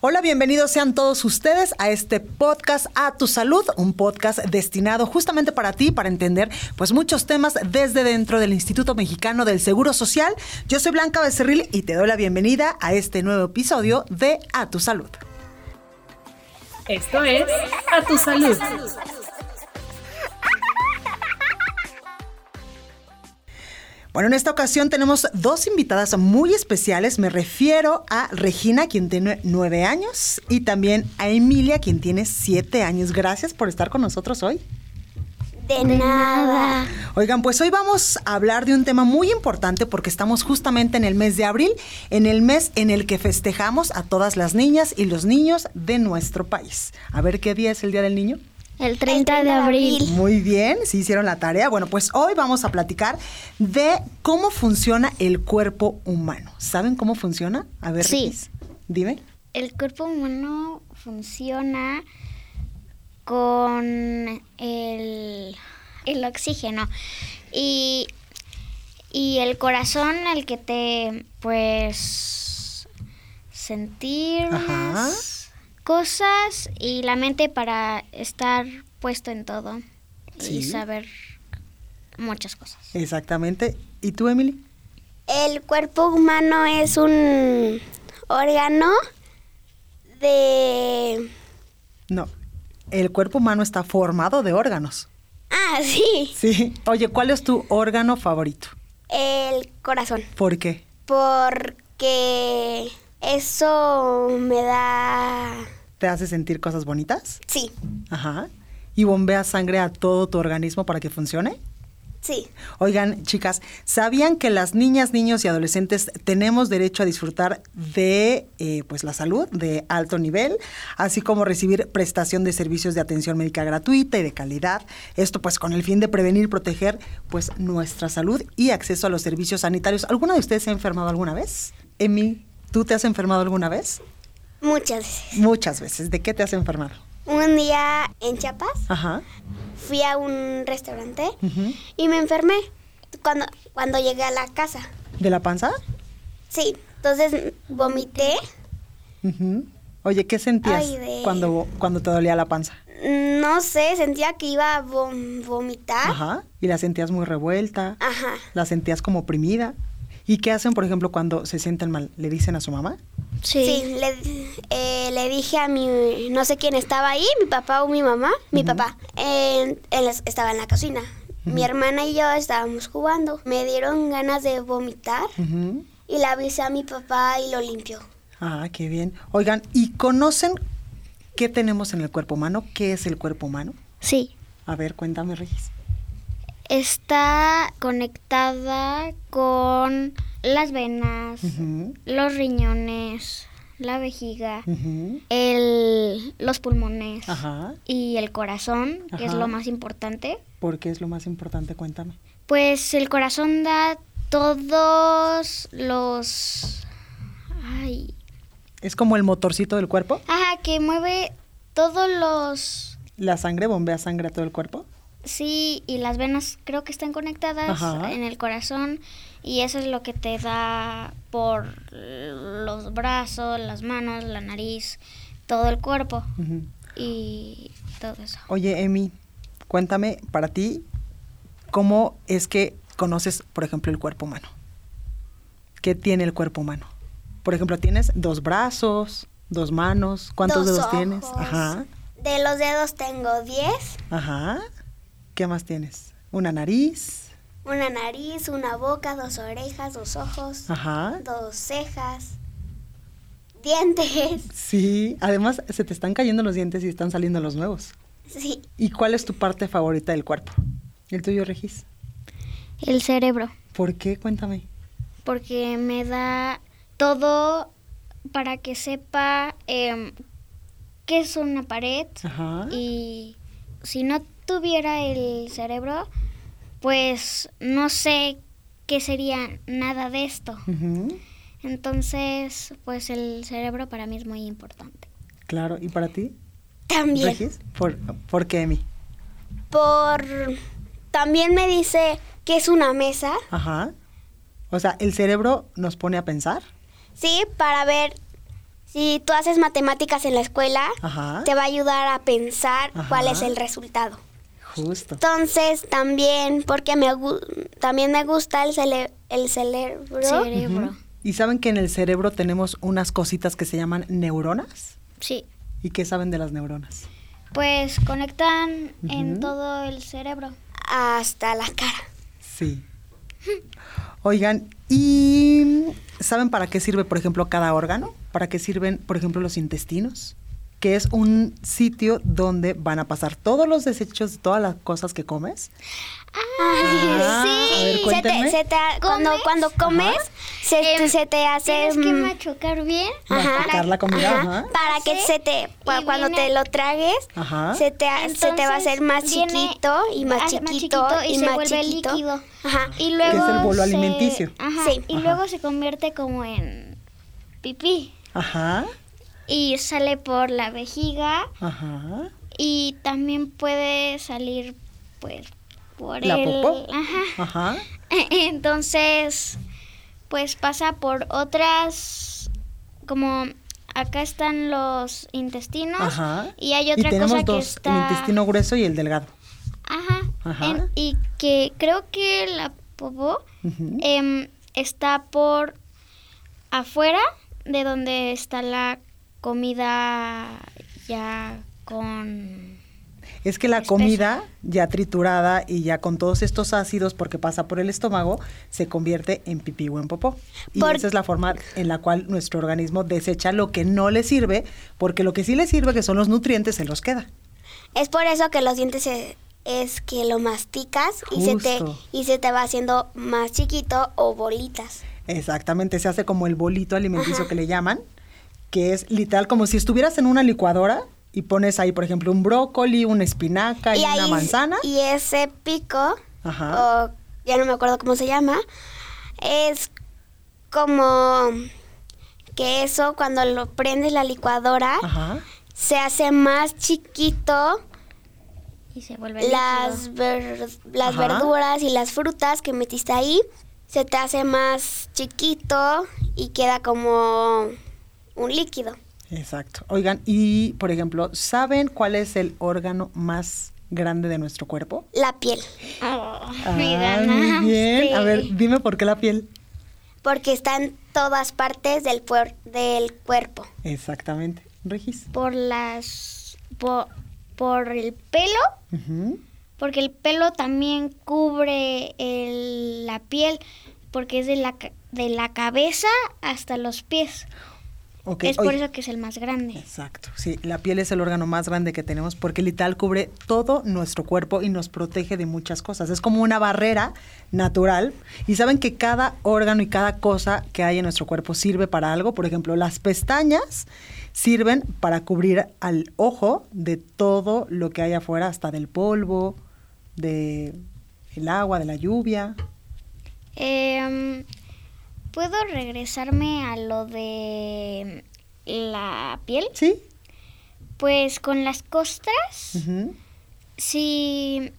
Hola, bienvenidos sean todos ustedes a este podcast A Tu Salud, un podcast destinado justamente para ti, para entender pues muchos temas desde dentro del Instituto Mexicano del Seguro Social. Yo soy Blanca Becerril y te doy la bienvenida a este nuevo episodio de A Tu Salud. Esto es A Tu Salud. Bueno, en esta ocasión tenemos dos invitadas muy especiales. Me refiero a Regina, quien tiene nueve años, y también a Emilia, quien tiene siete años. Gracias por estar con nosotros hoy. De nada. Oigan, pues hoy vamos a hablar de un tema muy importante porque estamos justamente en el mes de abril, en el mes en el que festejamos a todas las niñas y los niños de nuestro país. A ver qué día es el Día del Niño. El 30 de abril. Muy bien, sí hicieron la tarea. Bueno, pues hoy vamos a platicar de cómo funciona el cuerpo humano. ¿Saben cómo funciona? A ver, Sí. Riquis, dime. El cuerpo humano funciona con el, el oxígeno y, y el corazón el que te pues sentir Ajá. unas cosas y la mente para estar puesto en todo Sí. y saber muchas cosas. Exactamente. ¿Y tú, Emily? El cuerpo humano es un órgano de... No. El cuerpo humano está formado de órganos. Ah, sí, Sí. Oye, ¿cuál es tu órgano favorito? el corazón. ¿Por qué? Porque eso me da... ¿Te hace sentir cosas bonitas? Sí, Ajá. ¿Y bombeas sangre a todo tu organismo para que funcione? sí. Oigan, chicas, ¿sabían que las niñas, niños y adolescentes tenemos derecho a disfrutar de eh, pues la salud de alto nivel, así como recibir prestación de servicios de atención médica gratuita y de calidad? Esto pues con el fin de prevenir y proteger pues nuestra salud y acceso a los servicios sanitarios. ¿Alguna de ustedes se ha enfermado alguna vez? Emi, ¿tú te has enfermado alguna vez? Muchas veces. Muchas veces. ¿De qué te has enfermado? Un día en Chiapas Ajá. fui a un restaurante Ujú. y me enfermé cuando, cuando llegué a la casa. ¿De la panza? Sí, entonces vomité. Ujú. Oye, ¿qué sentías Ay, de- cuando, cuando te dolía la panza? Mm, No sé, sentía que iba a vom- vomitar. Ajá. Y la sentías muy revuelta, Ajá. la sentías como oprimida. ¿Y qué hacen, por ejemplo, cuando se sienten mal? ¿Le dicen a su mamá? Sí, le, eh, le dije a mi, no sé quién estaba ahí, mi papá o mi mamá, mi papá. En- él es- estaba en la cocina. Mi hermana y yo estábamos jugando. Me dieron ganas de vomitar Ujú. y la avisé a mi papá y lo limpió. Ah, qué bien. Oigan, ¿y conocen qué tenemos en el cuerpo humano? ¿Qué es el cuerpo humano? Sí. A ver, cuéntame, Reyes. está conectada con las venas, Ujú, los riñones, la vejiga, ujú. el, los pulmones Ajá. y el corazón, que es Ajá. lo más importante. ¿Por qué es lo más importante? Cuéntame. Pues el corazón da todos los... Ay. ¿Es como el motorcito del cuerpo? Ajá, que mueve todos los... ¿La sangre bombea sangre a todo el cuerpo? Sí, y las venas creo que están conectadas Ajá. en el corazón y eso es lo que te da por los brazos, las manos, la nariz, todo el cuerpo Ujú. y todo eso. Oye, Emi, cuéntame para ti, ¿cómo es que conoces, por ejemplo, el cuerpo humano? ¿Qué tiene el cuerpo humano? Por ejemplo, tienes dos brazos, dos manos, ¿cuántos Dos dedos tienes? ojos. Ajá, De los dedos tengo 10, ajá. ¿Qué más tienes? Una nariz, una nariz, una boca, dos orejas, dos ojos, ajá. dos cejas, dientes. Sí, además se te están cayendo los dientes y están saliendo los nuevos. Sí, ¿Y cuál es tu parte favorita del cuerpo? ¿El tuyo, Regis? El cerebro, ¿Por qué? Cuéntame. porque me da todo para que sepa em, qué es una pared Ajá. y si no tuviera el cerebro, pues no sé qué sería nada de esto. Ujú, Entonces, pues el cerebro para mí es muy importante. Claro, ¿y para ti? también. Regis, ¿por, por qué Emi? por también me dice que es una mesa, Ajá. O sea, el cerebro nos pone a pensar. sí, para ver Si tú haces matemáticas en la escuela, Ajá. te va a ayudar a pensar Ajá. cuál es el resultado. Justo. Entonces, también, porque me gu- también me gusta el, cele- el cerebro. Cerebro. ¿Y saben que en el cerebro tenemos unas cositas que se llaman neuronas? Sí. ¿Y qué saben de las neuronas? Pues conectan en Ujú. todo el cerebro. Hasta la cara. Sí. Oigan, ¿y saben para qué sirve, por ejemplo, cada órgano? ¿Para qué sirven, por ejemplo, los intestinos? Que es un sitio donde van a pasar todos los desechos de todas las cosas que comes. Ah, a ver, se cuéntenme. te, se te ha- cuando, ¿Comes? cuando comes, se, Em, se te hace... Tienes que mm, machucar bien. Ajá. masticar la comida, ajá, ajá. Para que Sí, se te, y cua- cuando viene- te lo tragues, Ajá. se te, ha- se te va a hacer más Entonces, viene chiquito y más a- chiquito, ah, y, se más vuelve chiquito. líquido. Ajá. Y luego es el bolo se- alimenticio. ajá, Sí. Y Ajá. luego se convierte como en pipí Ajá, y sale por la vejiga ajá. y también puede salir pues por La el popó. ajá. Ajá. Entonces, pues pasa por otras como acá están los intestinos Ajá. y hay otra tenemos cosa que dos, está el intestino grueso y el delgado. Ajá. Ajá. En- y que creo que la popó Ujú. em, está por afuera de donde está la comida ya con... Es que la Espeso. comida ya triturada y ya con todos estos ácidos porque pasa por el estómago se convierte en pipí o en popó. Y Por- esa es la forma en la cual nuestro organismo desecha lo que no le sirve porque lo que sí le sirve que son los nutrientes se los queda. Es por eso que los dientes se- es que lo masticas y se, te, Justo. y se te va haciendo más chiquito o bolitas. Exactamente, se hace como el bolito alimenticio que le llaman, que es literal como si estuvieras en una licuadora y pones ahí, por ejemplo, un brócoli, una espinaca y, una ahí- manzana. Y ese pico, Ajá. o ya no me acuerdo cómo se llama, es como que eso cuando lo prendes la licuadora Ajá. se hace más chiquito Y se vuelve líquido. las, ver- las Ajá. verduras y las frutas que metiste ahí se te hace más chiquito y queda como un líquido. Exacto. Oigan, y por ejemplo, ¿saben cuál es el órgano más grande de nuestro cuerpo? La piel, Oh, Ah, me muy bien. A ganaste. ver, dime por qué la piel. porque está en todas partes del, puer- del cuerpo. Exactamente. Regis. Por las... po- por el pelo, Ujú. porque el pelo también cubre el- la piel, porque es de la, ca- de la cabeza hasta los pies. Ok, es por oye. eso que es el más grande. Exacto. Sí, la piel es el órgano más grande que tenemos porque literal cubre todo nuestro cuerpo y nos protege de muchas cosas. Es como una barrera natural. Y saben que cada órgano y cada cosa que hay en nuestro cuerpo sirve para algo. Por ejemplo, las pestañas sirven para cubrir al ojo de todo lo que hay afuera, hasta del polvo, de el agua, de la lluvia. Em, ¿Puedo regresarme a lo de la piel? Sí. Pues con las costras, Ujú. si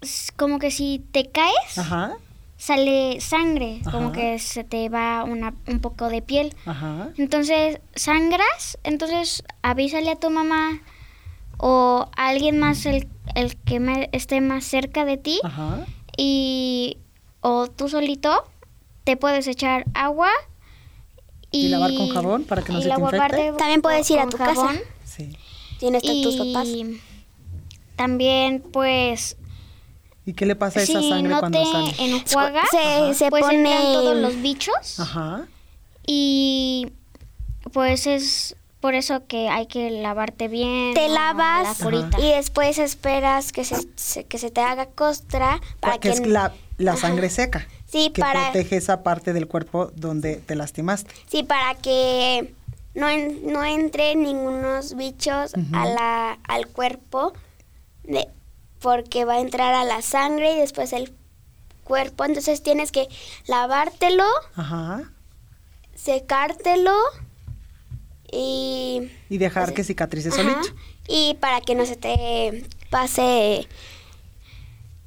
s- como que si te caes, Ajá. sale sangre, como Ajá. que se te va una- un poco de piel. Ajá. Entonces, sangras, entonces avísale a tu mamá o a alguien más el, el que me- esté más cerca de ti. Ajá. y o tú solito te puedes echar agua y, ¿Y lavar con jabón para que no y se te lavar infecte? de- También puedes ir a con tu casa. jabón Sí. Tienes a tus y papás. También pues ¿Y qué le pasa a Pues esa si sangre no cuando te sale? enjuagas Se, se pues pone entran todos los bichos Ajá. y pues es por eso que hay que lavarte bien te ¿no? lavas la curita. y después esperas que se, se- que se te haga costra para que que, es la, la sangre seca. Sí, que para- protege esa parte del cuerpo donde te lastimaste. sí para que no, en- no entre ningunos bichos a la, al cuerpo de- porque va a entrar a la sangre y después el cuerpo entonces tienes que lavártelo Ajá. secártelo y Y dejar que cicatrice ajá, solito. y para que no se te pase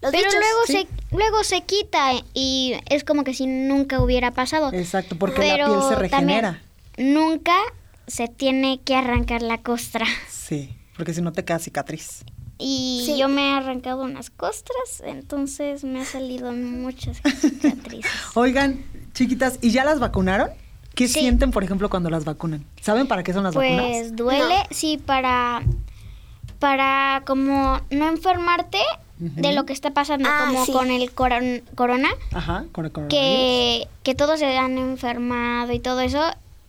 los pero bichos. luego sí. se luego se quita y es como que si nunca hubiera pasado Exacto, porque la Pero piel se también regenera. Nunca se tiene que arrancar la costra. Sí, porque si no te queda cicatriz. Y Sí. yo me he arrancado unas costras, entonces me ha salido muchas cicatrices. Oigan, chiquitas, ¿y ya las vacunaron? ¿Qué Sí. sienten, por ejemplo, cuando las vacunan? ¿Saben para qué son las vacunas? Pues duele, sí, para para como no enfermarte de lo que está pasando Ah, como sí. con el coron- corona Ajá, con el coronavirus. que, que todos se han enfermado y todo eso,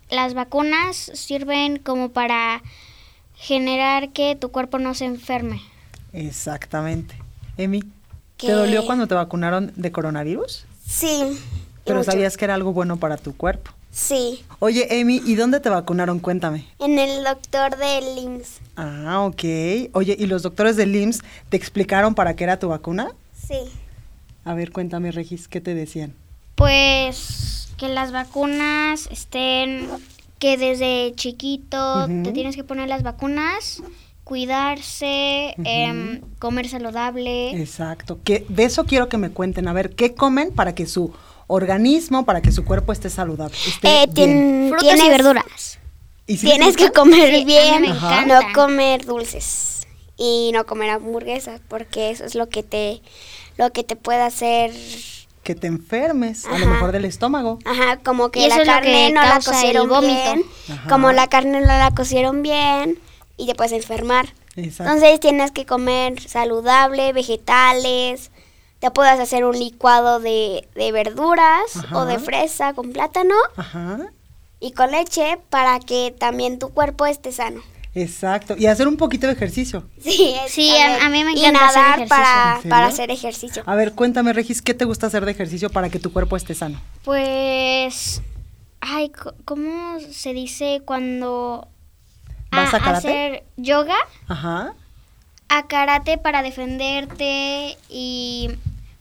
las vacunas sirven como para generar que tu cuerpo no se enferme. Exactamente. Emi, ¿te Que- dolió cuando te vacunaron de coronavirus? Sí. y Pero mucho. sabías que era algo bueno para tu cuerpo. Sí. Oye, Emi, ¿y dónde te vacunaron? Cuéntame. En el doctor del IMSS. Ah, ok. Oye, ¿y los doctores del IMSS te explicaron para qué era tu vacuna? Sí. A ver, cuéntame, Regis, ¿qué te decían? Pues que las vacunas estén, que desde chiquito Ujú. te tienes que poner las vacunas, cuidarse, em, comer saludable. Exacto. Que de eso quiero que me cuenten. A ver, ¿qué comen para que su organismo, para que su cuerpo esté saludable? esté Eh, bien? tien- Frutas y tienes- verduras. ¿Y sí les Tienes gusta? que Sí, a comer mí bien, me Ajá. no encanta. comer dulces y no comer hamburguesas, porque eso es lo que te lo que te puede hacer, que te enfermes, a lo Ajá. mejor del estómago. ajá, como Y que eso la es lo carne que no la causa el cocieron vómito. bien, Ajá. como la carne no la cocieron bien y te puedes enfermar. Exacto. Entonces tienes que comer saludable, vegetales, te puedes hacer un licuado de, de verduras o Ajá. de fresa con plátano Ajá. y con leche para que también tu cuerpo esté sano. Exacto. Y hacer un poquito de ejercicio. Sí, es Sí, también. a- a mí me Y encanta hacer nadar ejercicio. para, ¿En para serio? hacer ejercicio. A ver, cuéntame, Regis, ¿qué te gusta hacer de ejercicio para que tu cuerpo esté sano? Pues, ay, co- ¿cómo se dice cuando ¿Vas a karate? hacer yoga? Ajá. A karate para defenderte y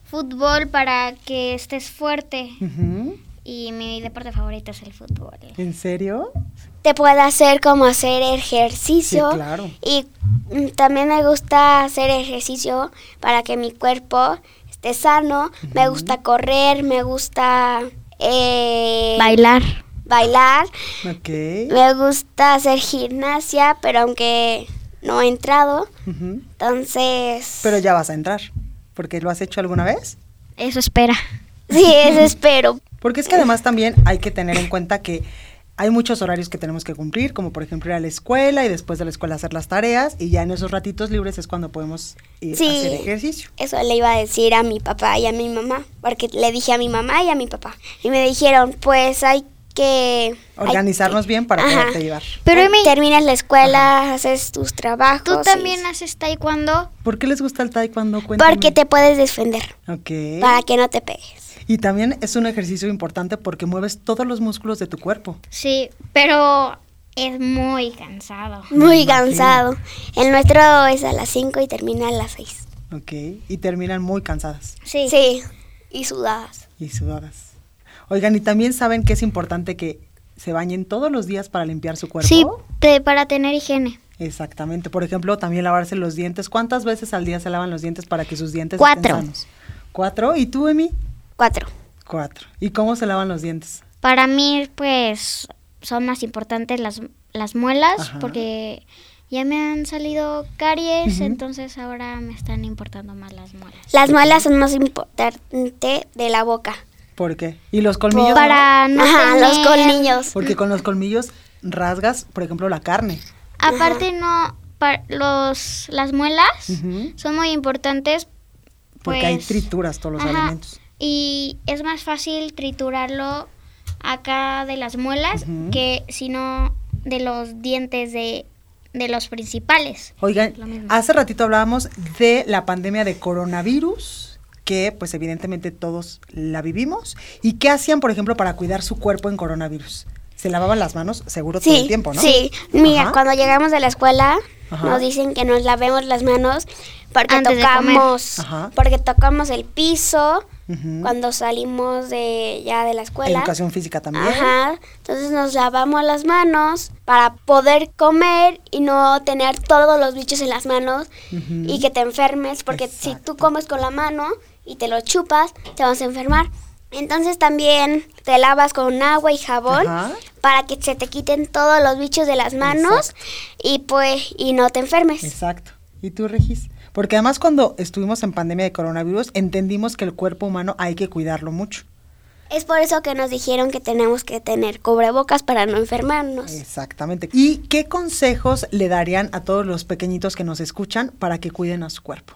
fútbol para que estés fuerte. Ujú. Y mi deporte favorito es el fútbol. ¿En serio? Te puede hacer como hacer ejercicio. Sí, claro. Y mm, también me gusta hacer ejercicio para que mi cuerpo esté sano. Me gusta correr, me gusta eh, Bailar. bailar, Ok. me gusta hacer gimnasia, pero aunque no he entrado, Ujú. entonces... Pero ya vas a entrar, porque lo has hecho alguna vez. Eso espera. Sí, eso espero. Porque es que además también hay que tener en cuenta que hay muchos horarios que tenemos que cumplir, como por ejemplo ir a la escuela y después de la escuela hacer las tareas y ya en esos ratitos libres es cuando podemos ir Sí. a hacer ejercicio. Eso le iba a decir a mi papá y a mi mamá, porque le dije a mi mamá y a mi papá. Y me dijeron, pues hay que... hay- Organizarnos bien para Ajá. poderte llevar. Pero, hay- Emi- Terminas la escuela, haces tus trabajos. ¿Tú y- también haces taekwondo? ¿Por qué les gusta el taekwondo? Cuéntame. Porque te puedes defender, Ok. para que no te pegues. Y también es un ejercicio importante porque mueves todos los músculos de tu cuerpo. Sí, pero es muy cansado. Muy imagino. cansado. El nuestro es a las 5 y termina a las 6. Ok. Y terminan muy cansadas Sí. Sí, y sudadas. y sudadas. Oigan, y también saben que es importante que se bañen todos los días para limpiar su cuerpo. Sí, te- para tener higiene. Exactamente. Por ejemplo, también lavarse los dientes. ¿Cuántas veces al día se lavan los dientes para que sus dientes Cuatro. estén sanos? ¿Cuatro? ¿Y tú, Emi? 4. Cuatro. ¿Y cómo se lavan los dientes? Para mí, pues, son más importantes las, las muelas Ajá. porque ya me han salido caries, Ujú. entonces ahora me están importando más las muelas. Las muelas son más importante de la boca. ¿Por qué? ¿Y los colmillos? no? para Ah, no Ajá, los tener- colmillos. Porque con los colmillos rasgas, por ejemplo, la carne. Aparte no pa- los las muelas Ujú. son muy importantes Porque hay Pues, trituras todos los ajá, alimentos. y es más fácil triturarlo acá de las muelas Ujú. que si no de los dientes de, de los principales. Oigan, Lo mismo. hace ratito hablábamos de la pandemia de coronavirus, que pues evidentemente todos la vivimos. ¿Y qué hacían, por ejemplo, para cuidar su cuerpo en coronavirus? Se lavaban las manos, seguro todo el tiempo, ¿no? Sí, mira, Ajá. cuando llegamos de la escuela Ajá. nos dicen que nos lavemos las manos porque Antes de comer. tocamos Ajá. porque tocamos el piso Ujú. cuando salimos de ya de la escuela. Educación física también. Ajá, entonces nos lavamos las manos para poder comer y no tener todos los bichos en las manos Ujú. y que te enfermes, porque si Exacto. tú comes con la mano y te lo chupas, te vas a enfermar. Entonces también te lavas con agua y jabón Ajá. para que se te quiten todos los bichos de las manos y pues y no te enfermes. Exacto. ¿Y tú, Regis? Porque además cuando estuvimos en pandemia de coronavirus entendimos que el cuerpo humano hay que cuidarlo mucho. Es por eso que nos dijeron que tenemos que tener cubrebocas para no enfermarnos. Exactamente. ¿Y qué consejos le darían a todos los pequeñitos que nos escuchan para que cuiden a su cuerpo?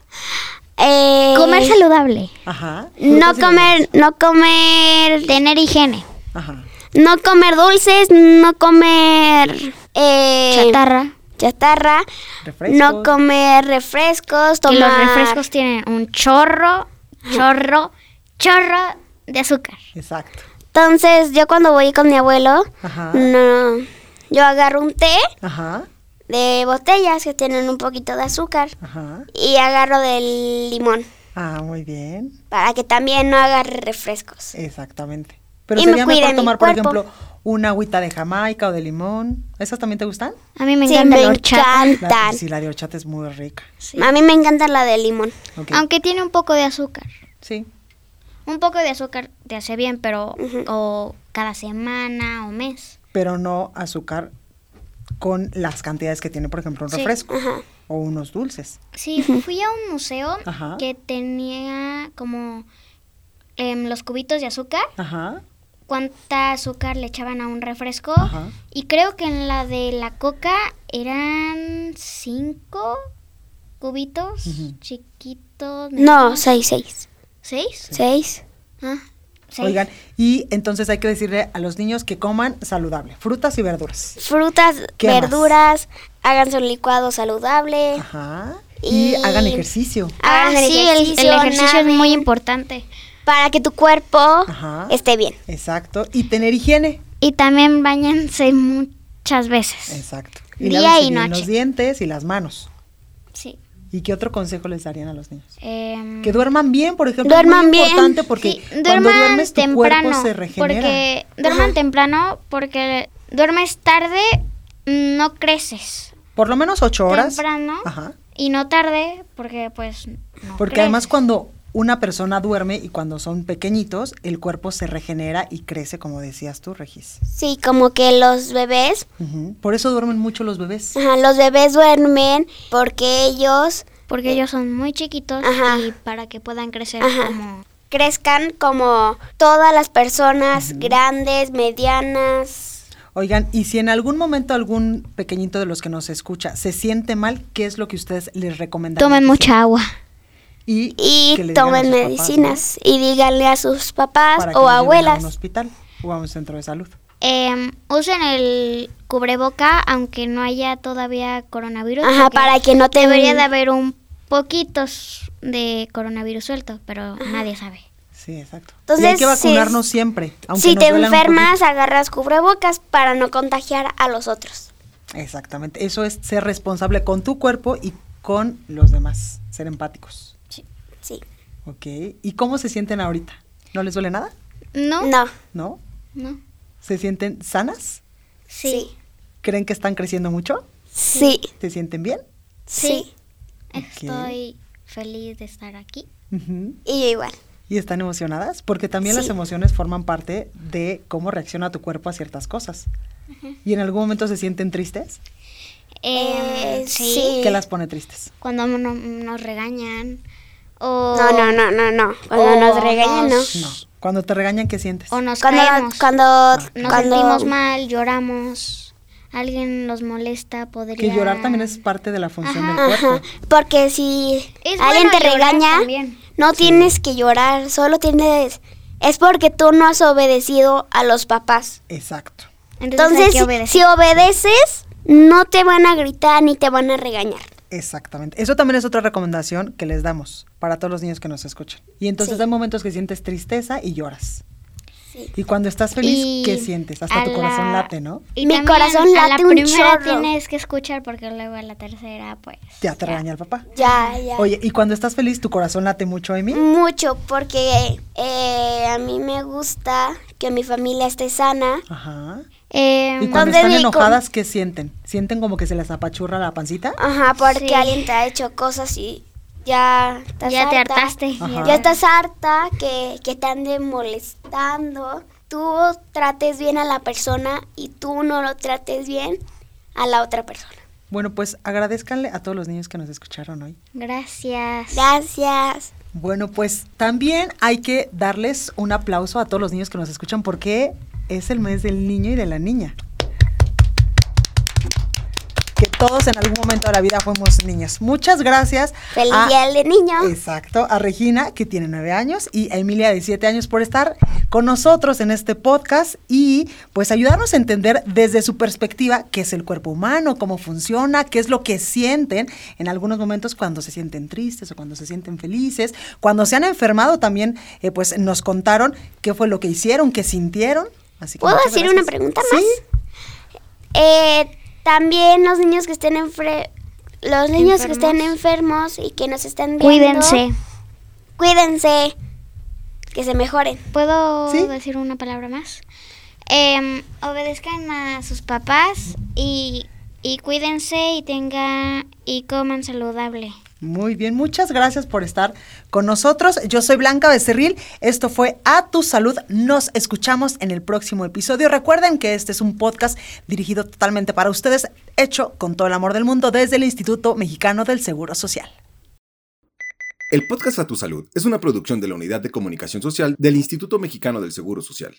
Eh, Comer saludable. Ajá. No Frutas y comer, no comer, Tener higiene. verduras. Ajá. no comer dulces, no comer eh, Chatarra. chatarra, Refrescos. no comer refrescos, tomar Y los refrescos tienen un chorro, chorro, chorro de azúcar. Exacto. Entonces, yo cuando voy con mi abuelo, Ah. Ajá. Mm. no, yo agarro un té Ajá. de botellas que tienen un poquito de azúcar Ajá. y agarro del limón Ah, muy bien. para que también no agarre refrescos. Exactamente. Pero Y me sería cuida mejor mi tomar, por cuerpo. ejemplo, una agüita de jamaica o de limón. ¿Esas también te gustan? A mí me Sí, encanta me la horchata. La- encantan. sí, la de horchata es muy rica. Sí. A mí me encanta la de limón. Ok. Aunque tiene un poco de azúcar. Sí. Un poco de azúcar te hace bien, pero o cada semana o mes. Pero no azúcar con las cantidades que tiene, por ejemplo, un Sí. refresco Ajá. o unos dulces. Sí, fui a un museo Ajá. que tenía como em, los cubitos de azúcar, Ajá. cuánta azúcar le echaban a un refresco. Ajá. Y creo que en la de la coca eran cinco cubitos Ujú. No, chiquitos. medianos. seis, seis. ¿Seis? Seis. Ah, seis. Oigan, y entonces hay que decirle a los niños que coman saludable, frutas y verduras. Frutas, ¿Qué más? verduras, háganse un licuado saludable. Ajá. Y, Y- hagan ejercicio. Ah, hagan sí, el- el, ejercicio es nade, muy importante. Para que tu cuerpo Ajá. esté bien. Exacto. Y tener higiene. Y también bañense muchas veces. Exacto. Día lávense y bien noche. los dientes y las manos. Sí. ¿Y qué otro consejo les darían a los niños? Em, Que duerman bien, por ejemplo. Duerman es muy bien. importante porque sí, cuando duerman duermes tu cuerpo se regenera. Porque duerman temprano porque duermes tarde no creces. Por lo menos ocho horas. Temprano. Ajá. Y no tarde porque pues no Porque creces. además cuando una persona duerme y cuando son pequeñitos, el cuerpo se regenera y crece, como decías tú, Regis. Sí, como que los bebés, Ujú. Por eso duermen mucho los bebés. ajá, los bebés duermen porque ellos porque ellos son muy chiquitos Ajá. y para que puedan crecer Ajá. como crezcan como todas las personas grandes, medianas. Oigan, y si en algún momento algún pequeñito de los que nos escucha se siente mal, ¿qué es lo que ustedes les recomendan? tomen mucha agua. Y, que le Y digan a tomen sus papás, medicinas ¿no? y díganle a sus papás Para que o los lleven A abuelas. un hospital o a un centro de salud. Em, usen el cubreboca aunque no haya todavía coronavirus. Ajá, porque para que no te debería de haber un poquitos de coronavirus suelto, pero nadie sabe. Sí, exacto. y hay Entonces, que si- vacunarnos siempre. Aunque si nos te duela un enfermas, agarras cubrebocas para no contagiar a los otros. poquito. Exactamente. Eso es ser responsable con tu cuerpo y con los demás. Ser empáticos. Sí. Ok. ¿Y cómo se sienten ahorita? ¿No les duele nada? No, No. ¿No? no. ¿Se sienten sanas? Sí. ¿Creen que están creciendo mucho? Sí. ¿Se sienten bien? Sí. Estoy feliz de estar aquí. Ujú. Y yo igual. ¿Y están emocionadas? Porque también las Sí. emociones forman parte de cómo reacciona tu cuerpo a ciertas cosas. ¿Y en algún momento se sienten tristes? Em, Eh, sí. sí. ¿Qué las pone tristes? Cuando no- nos regañan o No, no, no, no, no. Cuando o nos regañan, no. Oh. nos- No. Cuando te regañan, ¿qué sientes? o nos Cuando, caemos, cuando, nos cuando- sentimos mal, lloramos, alguien nos molesta, podría Que llorar también es parte de la función Ajá. del Ajá, cuerpo. porque si Es alguien bueno te llorar regaña, también. no tienes que llorar, solo tienes... Es porque tú no has obedecido a los papás. Exacto. Entonces, hay Entonces, que obedecer. si obedeces, no te van a gritar ni te van a regañar. Exactamente. Eso también es otra recomendación que les damos para todos los niños que nos escuchan. Y entonces hay momentos que sientes tristeza y lloras. Sí. Y cuando estás feliz, Y ¿qué sientes? Hasta a tu corazón la- late, ¿no? Y Mi también corazón a late la un primera chorro. tienes que escuchar porque luego a la tercera pues Ya te regaña el papá. Ya, ya. Mm. Oye, ¿y cuando estás feliz, tu corazón late mucho, Amy? Mucho, porque eh, a mí me gusta que mi familia esté sana. Ajá. Em, ¿Y cuando Entonces, están mi com- enojadas, qué sienten? ¿Sienten como que se les apachurra la pancita? Ajá, porque Sí. alguien te ha hecho cosas y ya estás Ya te harta. hartaste. Ajá. Ya estás harta que, que te anden molestando. Tú trates bien a la persona y tú no lo trates bien a la otra persona. Bueno, pues agradezcanle a todos los niños que nos escucharon hoy. Gracias. Gracias. Bueno, pues también hay que darles un aplauso a todos los niños que nos escuchan porque es el mes del niño y de la niña. Que todos en algún momento de la vida fuimos niños. Muchas gracias. Ah, Feliz a- día del niño. Exacto, a Regina, que tiene nueve años, y a Emilia, de siete años, por estar con nosotros en este podcast y pues ayudarnos a entender desde su perspectiva qué es el cuerpo humano, cómo funciona, qué es lo que sienten en algunos momentos cuando se sienten tristes o cuando se sienten felices, cuando se han enfermado también, eh, pues nos contaron qué fue lo que hicieron, qué sintieron. Así que ¿Puedo muchas hacer gracias. una pregunta Sí. más? Eh, también los niños que estén enfre- los niños que estén enfermos y que nos estén viendo. Cuídense. Cuídense. Que se mejoren. ¿Puedo ¿Sí? decir una palabra más? Em, obedezcan a sus papás y, y cuídense y tengan y coman saludable. Muy bien, muchas gracias por estar con nosotros. Yo soy Blanca Becerril. Esto fue A Tu Salud. Nos escuchamos en el próximo episodio. Recuerden que este es un podcast dirigido totalmente para ustedes, hecho con todo el amor del mundo desde el Instituto Mexicano del Seguro Social. El podcast A Tu Salud es una producción de la Unidad de Comunicación Social del Instituto Mexicano del Seguro Social.